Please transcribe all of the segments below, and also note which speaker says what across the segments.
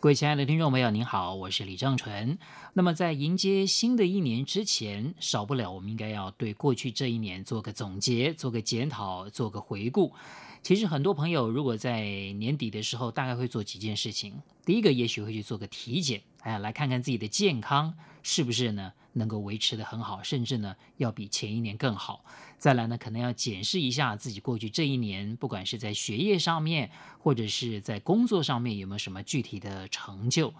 Speaker 1: 各位亲爱的听众朋友，您好，我是李正淳。那么，在迎接新的一年之前，少不了我们应该要对过去这一年做个总结、做个检讨、做个回顾。其实，很多朋友如果在年底的时候，大概会做几件事情。第一个，也许会去做个体检，哎，来看看自己的健康是不是呢能够维持的很好，甚至呢要比前一年更好。再来呢，可能要检视一下自己过去这一年，不管是在学业上面，或者是在工作上面有没有什么具体的成就。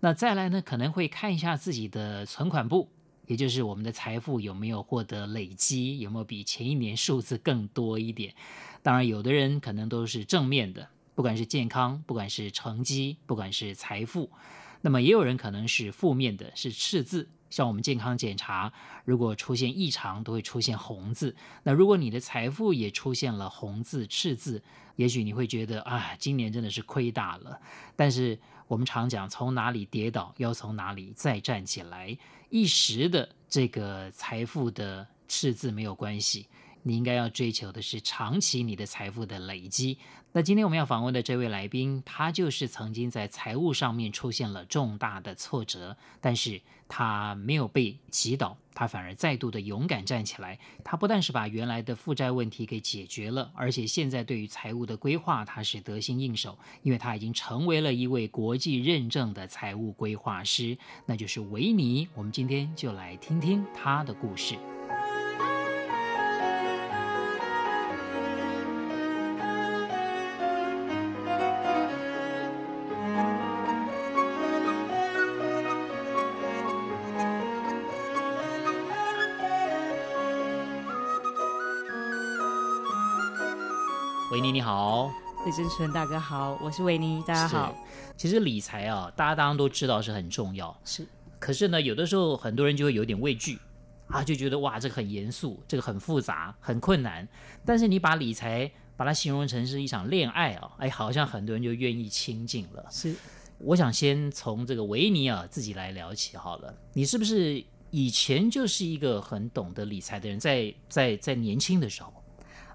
Speaker 1: 那再来呢，可能会看一下自己的存款簿，也就是我们的财富有没有获得累积，有没有比前一年数字更多一点。当然，有的人可能都是正面的，不管是健康，不管是成绩，不管是财富。那么也有人可能是负面的，是赤字。像我们健康检查，如果出现异常，都会出现红字。那如果你的财富也出现了红字、赤字，也许你会觉得啊，今年真的是亏大了。但是我们常讲，从哪里跌倒，要从哪里再站起来。一时的这个财富的赤字没有关系。你应该要追求的是长期你的财富的累积。那今天我们要访问的这位来宾，他就是曾经在财务上面出现了重大的挫折，但是他没有被击倒，他反而再度的勇敢站起来。他不但是把原来的负债问题给解决了，而且现在对于财务的规划，他是得心应手，因为他已经成为了一位国际认证的财务规划师，那就是维尼。我们今天就来听听他的故事。维尼你好，
Speaker 2: 李真纯大哥好，我是维尼，大家好。
Speaker 1: 其实理财啊，大家当然都知道是很重要，
Speaker 2: 是，
Speaker 1: 可是呢，有的时候很多人就会有点畏惧啊，就觉得哇，这个很严肃，这个很复杂，很困难。但是你把理财把它形容成是一场恋爱啊，哎，好像很多人就愿意亲近了。
Speaker 2: 是，
Speaker 1: 我想先从这个维尼啊自己来聊起好了，你是不是以前就是一个很懂得理财的人？在在在年轻的时候。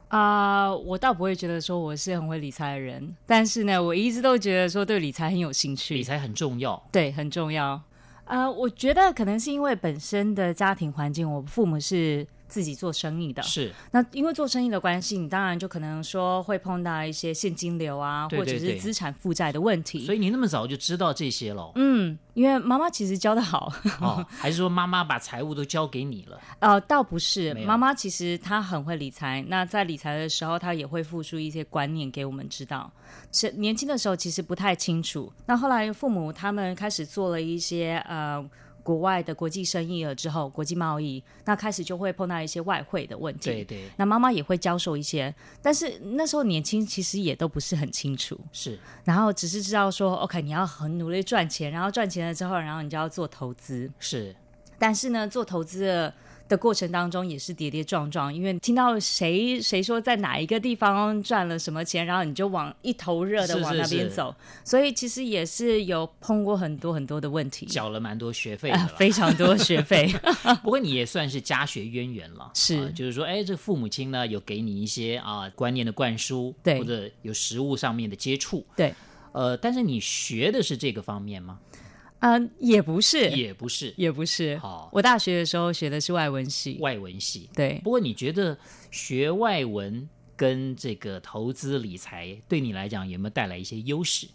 Speaker 2: 啊、我倒不会觉得说我是很会理财的人，但是呢，我一直都觉得说对理财很有兴
Speaker 1: 理
Speaker 2: 趣，
Speaker 1: 财很重要，
Speaker 2: 对，很重要。啊，我觉得可能是因为本身的家庭环境，我父母是自己做生意的，
Speaker 1: 是
Speaker 2: 那因为做生意的关系，你当然就可能说会碰到一些现金流啊，
Speaker 1: 对对
Speaker 2: 或者
Speaker 1: 对
Speaker 2: 是资产负债的问题。
Speaker 1: 所以你那么早就知道这些了。
Speaker 2: 嗯，因为妈妈其实教的好，
Speaker 1: 哦，还是说妈妈把财务都交给你了？
Speaker 2: 呃，倒不是，
Speaker 1: 没有
Speaker 2: 妈妈其实她很会理财。那在理财的时候，她也会付出一些观念给我们知道。是年轻的时候其实不太清楚。那后来父母他们开始做了一些呃国外的国际生意了之后，国际贸易，那开始就会碰到一些外汇的问题。
Speaker 1: 对对，
Speaker 2: 那妈妈也会教授一些，但是那时候年轻，其实也都不是很清楚，
Speaker 1: 是
Speaker 2: 然后只是知道说，OK，你要很努力赚钱，然后赚钱了之后，然后你就要做投资。
Speaker 1: 是，
Speaker 2: 但是呢，做投资的的过程当中也是跌跌撞撞，因为听到谁谁说在哪一个地方赚了什么钱，然后你就往一头热的
Speaker 1: 是
Speaker 2: 往
Speaker 1: 是
Speaker 2: 那边
Speaker 1: 是
Speaker 2: 走，所以其实也是有碰过很多很多的问 题，
Speaker 1: 缴了蛮多学费的
Speaker 2: 啊、
Speaker 1: 了。
Speaker 2: 非常多学费，
Speaker 1: 不过你也算是家学渊源了，
Speaker 2: 是
Speaker 1: 啊就是说，哎，这父母亲呢有给你一些啊观念的灌输，
Speaker 2: 对
Speaker 1: 或者有实物上面的接触，
Speaker 2: 对，
Speaker 1: 呃，但是你学的是这个方面吗？
Speaker 2: 嗯、也不是，
Speaker 1: 也不是，
Speaker 2: 也不是，
Speaker 1: 好，
Speaker 2: 我大学的时候学的是外文系，
Speaker 1: 外文系。
Speaker 2: 对，
Speaker 1: 不过你觉得学外文跟这个投资理财对你来讲有没有带来一些优势？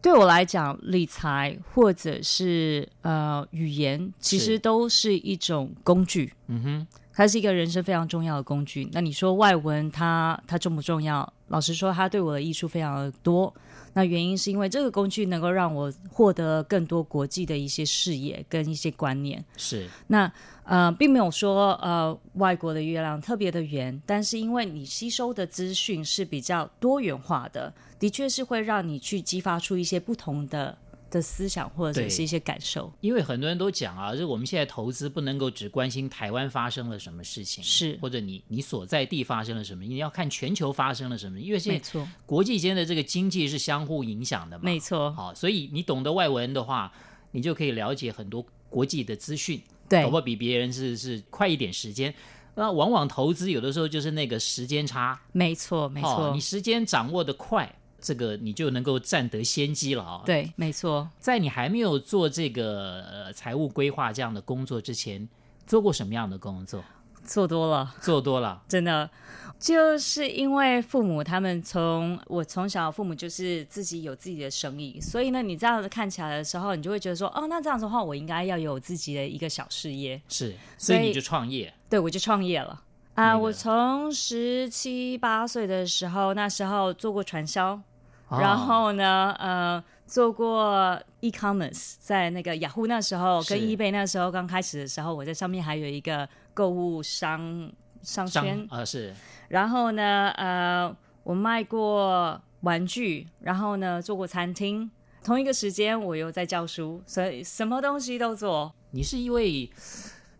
Speaker 2: 对我来讲，理财或者是呃语言，其
Speaker 1: 是
Speaker 2: 实都是一种工具。嗯哼，它是一个人生非常重要的工具。那你说外文它它重不重要？老实说，它对我的益处非常的多。那原因是因为这个工具能够让我获得更多国际的一些视野跟一些观念。
Speaker 1: 是
Speaker 2: 那呃，并没有说呃外国的月亮特别的圆，但是因为你吸收的资讯是比较多元化的，的确是会让你去激发出一些不同的的思想或者
Speaker 1: 对
Speaker 2: 是一些感受。
Speaker 1: 因为很多人都讲啊，就是我们现在投资不能够只关心台湾发生了什么事情，
Speaker 2: 是
Speaker 1: 或者你你所在地发生了什么，你要看全球发生了什么，因为现
Speaker 2: 没
Speaker 1: 在
Speaker 2: 错，
Speaker 1: 国际间的这个经济是相互影响的嘛。
Speaker 2: 没错，
Speaker 1: 好，所以你懂得外文的话，你就可以了解很多国际的资讯，
Speaker 2: 对
Speaker 1: 搞不，好比别人是是快一点时间。那往往投资有的时候就是那个时间差，
Speaker 2: 没错，没
Speaker 1: 哦，
Speaker 2: 错
Speaker 1: 你，时间掌握的快，这个你就能够占得先机了啊、哦。
Speaker 2: 对，没错。
Speaker 1: 在你还没有做这个呃财务规划这样的工作之前，做过什么样的工作？
Speaker 2: 做多了，
Speaker 1: 做多了，
Speaker 2: 真的，就是因为父母他们从我从小父母就是自己有自己的生意，所以呢，你这样子看起来的时候，你就会觉得说，哦，那这样子的话，我应该要有自己的一个小事业，
Speaker 1: 是，所
Speaker 2: 所以
Speaker 1: 以你就创业，
Speaker 2: 对我就创业了。啊、
Speaker 1: 那个
Speaker 2: 我从十七八岁的时候，那时候做过传销，
Speaker 1: 哦
Speaker 2: 然后呢，呃，做过 e-commerce，在那个雅虎那时候跟
Speaker 1: 是
Speaker 2: eBay 那时候刚开始的时候，我在上面还有一个购物商商
Speaker 1: 商
Speaker 2: 圈，
Speaker 1: 啊、是
Speaker 2: 然后呢，呃，我卖过玩具，然后呢，做过餐厅。同一个时间，我又在教书，所以什么东西都做。
Speaker 1: 你是一位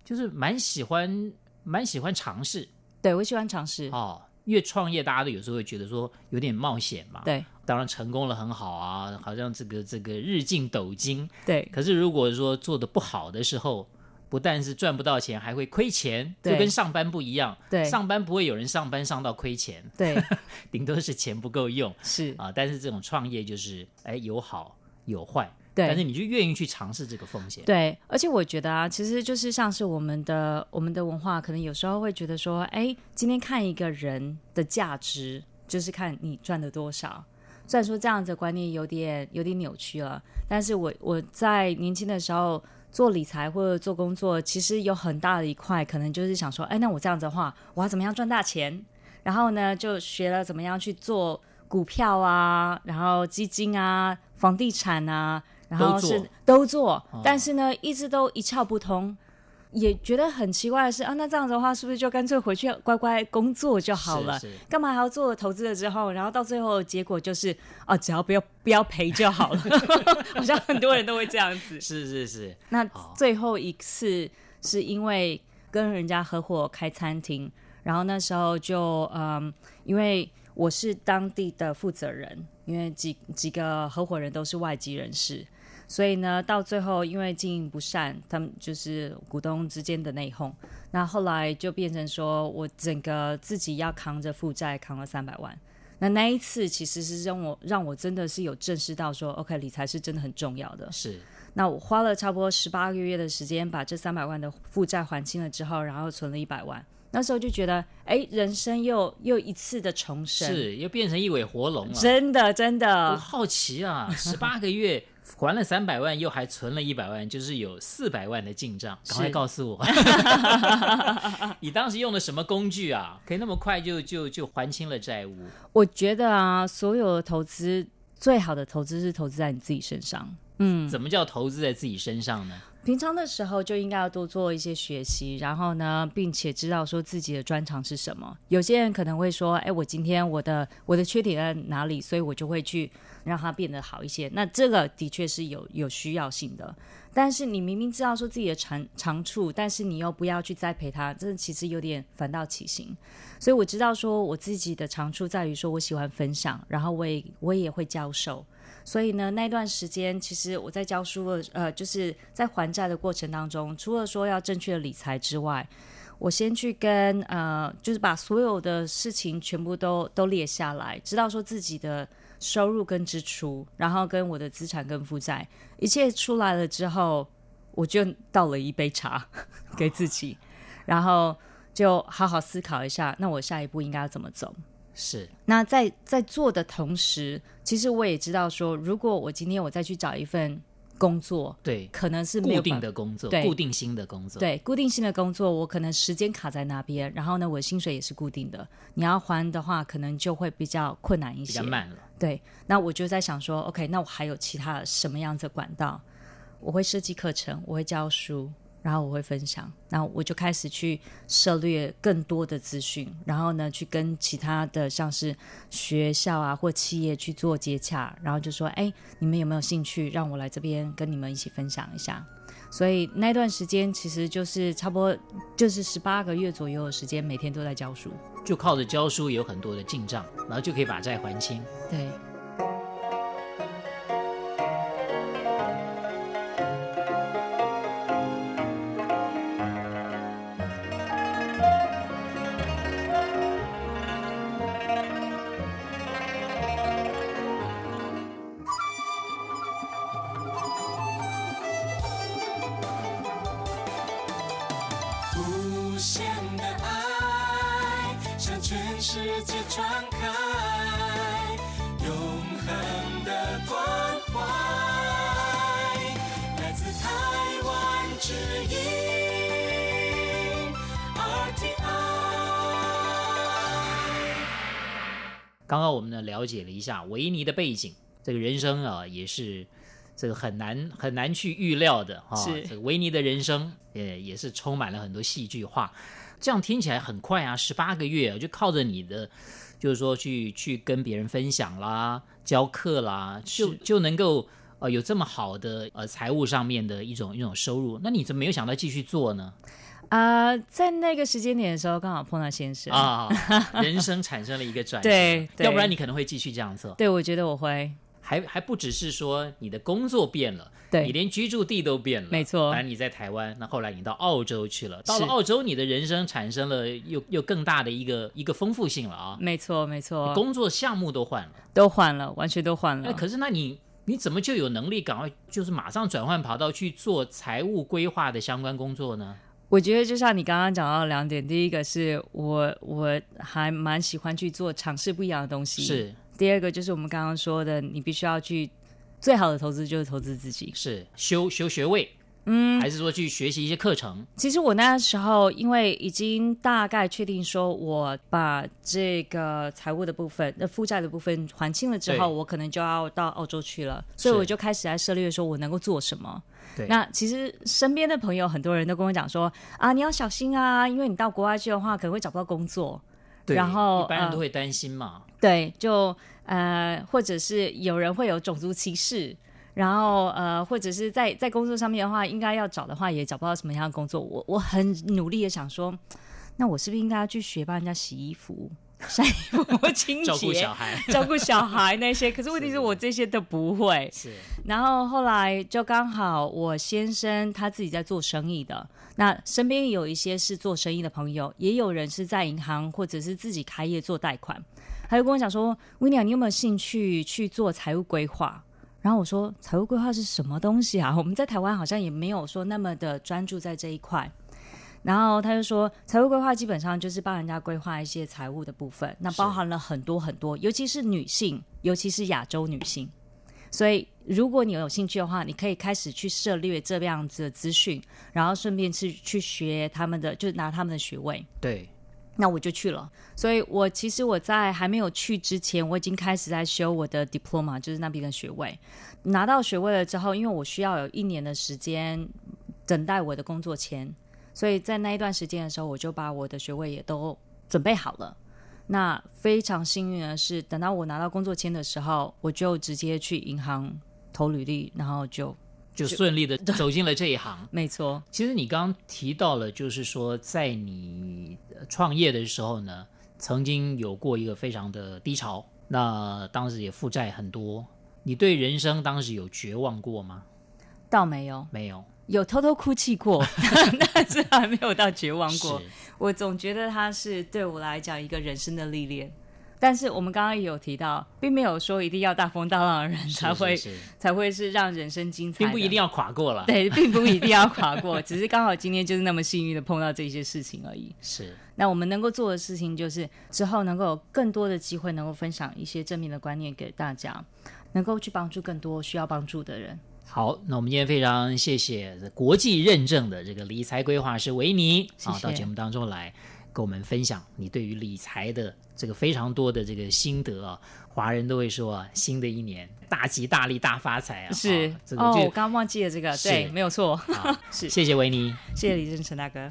Speaker 1: 就是蛮喜欢蛮喜欢尝试
Speaker 2: 对，我喜欢尝试。
Speaker 1: 哦。越创业，大家都有时候会觉得说有点冒险嘛。，
Speaker 2: 对
Speaker 1: 当然成功了很好啊，好像这个这个日进斗金。
Speaker 2: 对
Speaker 1: 可是如果说做的不好的时候，不但是赚不到钱，还会亏钱，就
Speaker 2: 对
Speaker 1: 跟上班不一样。
Speaker 2: 对
Speaker 1: 上班不会有人上班上到亏钱，
Speaker 2: 对，
Speaker 1: 顶多是钱不够用
Speaker 2: 是，
Speaker 1: 啊。但是这种创业就是，哎，有好有坏，
Speaker 2: 对。
Speaker 1: 但是你就愿意去尝试这个风险。
Speaker 2: 对，而且我觉得啊，其实就是像是我们的我们的文化，可能有时候会觉得说，哎，今天看一个人的价值，就是看你赚的多少。虽然说这样子的观念有点有点扭曲了，但是我我在年轻的时候做理财或者做工作，其实有很大的一块，可能就是想说，哎，那我这样子的话，我要怎么样赚大钱？然后呢，就学了怎么样去做股票啊，然后基金啊，房地产啊，然后是都做，但是呢，一直都一窍不通。也觉得很奇怪的是啊，那这样子的话，是不是就干脆回去乖乖工作就好了？
Speaker 1: 是是
Speaker 2: 干嘛还要做了投资了之后，然后到最后的结果就是啊，只要不要不要赔就好了。 好像很多人都会这样子。
Speaker 1: 是是是，
Speaker 2: 那
Speaker 1: 好
Speaker 2: 最后一次是因为跟人家合伙开餐厅，然后那时候就嗯，因为我是当地的负责人，因为几几个合伙人都是外籍人士，所以呢，到最后因为经营不善，他们就是股东之间的内讧。那后来就变成说我整个自己要扛着负债，扛了三百万。那那一次其实是让我让我真的是有正视到说，OK，理财是真的很重要的。
Speaker 1: 是
Speaker 2: 那我花了差不多十八个月的时间把这三百万的负债还清了之后，然后存了一百万。那时候就觉得，哎，人生又又一次的重生，
Speaker 1: 是，又变成一尾活龙了。
Speaker 2: 真的真
Speaker 1: 我
Speaker 2: 的，
Speaker 1: 好奇啊，十八个月还了三百万，又还存了一百万，就是有四百万的进账。赶快
Speaker 2: 是
Speaker 1: 告诉我， 你当时用的什么工具啊？可以那么快就就就还清了债务？
Speaker 2: 我觉得啊，所有的投资最好的投资是投资在你自己身上。嗯，
Speaker 1: 怎么叫投资在自己身上呢？
Speaker 2: 平常的时候就应该要多做一些学习，然后呢，并且知道说自己的专长是什么。有些人可能会说，哎，我今天我的我的缺点在哪里，所以我就会去让它变得好一些。那这个的确是有有需要性的，但是你明明知道说自己的长长处，但是你又不要去栽培它，这其实有点反倒其形。所以我知道说我自己的长处在于说我喜欢分享，然后我也我也会教授，所以呢，那段时间其实我在教书的，呃，就是在还债的过程当中，除了说要正确的理财之外，我先去跟呃，就是把所有的事情全部都都列下来，知道说自己的收入跟支出，然后跟我的资产跟负债，一切出来了之后，我就倒了一杯茶给自己，然后就好好思考一下，那我下一步应该要怎么走。
Speaker 1: 是
Speaker 2: 那在在做的同时，其实我也知道说，如果我今天我再去找一份工作，
Speaker 1: 对
Speaker 2: 可能是没
Speaker 1: 固
Speaker 2: 有
Speaker 1: 定
Speaker 2: 办
Speaker 1: 的工作，
Speaker 2: 对
Speaker 1: 固定性的工作。，
Speaker 2: 对固定性的工作，我可能时间卡在那边，然后呢，我的薪水也是固定的，你要还的话，可能就会比较困难一
Speaker 1: 比
Speaker 2: 些，
Speaker 1: 较慢了。
Speaker 2: 对，那我就在想说，OK，那我还有其他什么样子的管道？我会设计课程，我会教书，然后我会分享，然后我就开始去涉略更多的资讯，然后呢，去跟其他的像是学校啊或企业去做接洽，然后就说，哎，你们有没有兴趣让我来这边跟你们一起分享一下？所以那段时间其实就是差不多就是十八个月左右的时间，每天都在教书。
Speaker 1: 就靠着教书有很多的进账，然后就可以把债还清。
Speaker 2: 对，
Speaker 3: 无限的爱向全世界传开，永恒的关怀，来自台湾之音 RTI。
Speaker 1: 刚刚我们呢了解了一下维尼的背景，这个人生啊也是这个很难很难去预料的哈、
Speaker 2: 是
Speaker 1: 这个维尼的人生也也是充满了很多戏剧化，这样听起来很快啊，十八个月啊就靠着你的，就是说去去跟别人分享啦、教课啦，就是就能够。呃，有这么好的呃财务上面的一种一种收入，那你怎么没有想到继续做呢？
Speaker 2: 啊、在那个时间点的时候，刚好碰到先生。
Speaker 1: 啊，人生产生了一个转折，
Speaker 2: 对对
Speaker 1: 要不然你可能会继续这样做。
Speaker 2: 对，我觉得我会，
Speaker 1: 还还不只是说你的工作变了，
Speaker 2: 对
Speaker 1: 你连居住地都变了，
Speaker 2: 没错
Speaker 1: 反正你在台湾，那后来你到澳洲去了，到了
Speaker 2: 是
Speaker 1: 澳洲，你的人生产生了又又更大的一个一个丰富性了啊，
Speaker 2: 没错，没错，嗯
Speaker 1: 工作项目都换了。
Speaker 2: 都换了，完全都换
Speaker 1: 那
Speaker 2: 了。
Speaker 1: 可是那你你怎么就有能力赶快就是马上转换跑道去做财务规划的相关工作呢？
Speaker 2: 我觉得就像你刚刚讲到的两点，第一个是我我还蛮喜欢去做尝试不一样的东西，。
Speaker 1: 是
Speaker 2: 第二个就是我们刚刚说的，你必须要去最好的投资就是投资自己。
Speaker 1: 是，修修学位，嗯，还是说去学习一些课程？
Speaker 2: 其实我那时候因为已经大概确定说，我把这个财务的部分、那负债的部分还清了之后，
Speaker 1: 对
Speaker 2: 我可能就要到澳洲去了，所以
Speaker 1: 是
Speaker 2: 我就开始来涉猎说我能够做什么。
Speaker 1: 对，
Speaker 2: 那其实身边的朋友很多人都跟我讲说啊，你要小心啊，因为你到国外去的话，可能会找不到工作。
Speaker 1: 对
Speaker 2: 然后
Speaker 1: 一般人都
Speaker 2: 呃
Speaker 1: 会担心嘛，
Speaker 2: 对，就呃，或者是有人会有种族歧视，然后呃，或者是在在工作上面的话，应该要找的话也找不到什么样的工作。我我很努力的想说，那我是不是应该要去学帮人家洗衣服、晒衣服、清 洁、
Speaker 1: 照顾小孩
Speaker 2: 照顾小孩那些？可是问题是我这些都不会。
Speaker 1: 是。
Speaker 2: 然后后来就刚好我先生他自己在做生意的，那身边有一些是做生意的朋友，也有人是在银行或者是自己开业做贷款，他就跟我讲说：“威廉，你有没有兴趣去做财务规划？”然后我说：“财务规划是什么东西啊？我 们在台湾好像也没有说那么的专注在这一块。”然后他就说，财务规划基本上就是帮人家规划一些财务的部分，那包含了很多很多，尤其是女性，尤其是亚洲女性。所以，如果你有兴趣的话，你可以开始去涉猎这样子的资讯，然后顺便去去学他们的，就拿他们的学位。
Speaker 1: 对，
Speaker 2: 那我就去了。所以我其实我在还没有去之前，我已经开始在修我的 diploma，就是那边的学位。拿到学位了之后，因为我需要有一年的时间等待我的工作签，所以在那一段时间的时候，我就把我的学位也都准备好了。那非常幸运的是，等到我拿到工作签的时候，我就直接去银行投履历，然后就
Speaker 1: 就顺利的走进了这一行。
Speaker 2: 没错，
Speaker 1: 其实你刚刚提到了，就是说在你呃创业的时候呢，曾经有过一个非常的低潮，那当时也负债很多。你对人生当时有绝望过吗？
Speaker 2: 倒没有
Speaker 1: 没有，
Speaker 2: 有偷偷哭泣过， 但是还没有到绝望过。
Speaker 1: 是
Speaker 2: 我总觉得它是对我来讲一个人生的历练。但是我们刚刚也有提到，并没有说一定要大风大浪的 人才会
Speaker 1: 是是是
Speaker 2: 才会是让人生精彩的，
Speaker 1: 并不一定要垮过了。，
Speaker 2: 对，并不一定要跨过， 只是刚好今天就是那么幸运的碰到这些事情而已。
Speaker 1: 是
Speaker 2: 那我们能够做的事情，就是之后能够有更多的机会，能够分享一些正面的观念给大家，能够去帮助更多需要帮助的人。
Speaker 1: 好，那我们今天非常谢谢国际认证的这个理财规划师维尼
Speaker 2: 谢谢
Speaker 1: 啊，到节目当中来跟我们分享你对于理财的这个非常多的这个心得啊。华人都会说啊，新的一年大吉大利大发财啊！
Speaker 2: 是
Speaker 1: 啊这个
Speaker 2: 哦，
Speaker 1: 就
Speaker 2: 我刚忘记了这个，
Speaker 1: 是
Speaker 2: 对，没有错，
Speaker 1: 啊
Speaker 2: 是
Speaker 1: 谢谢维尼。
Speaker 2: 谢谢李正成大哥。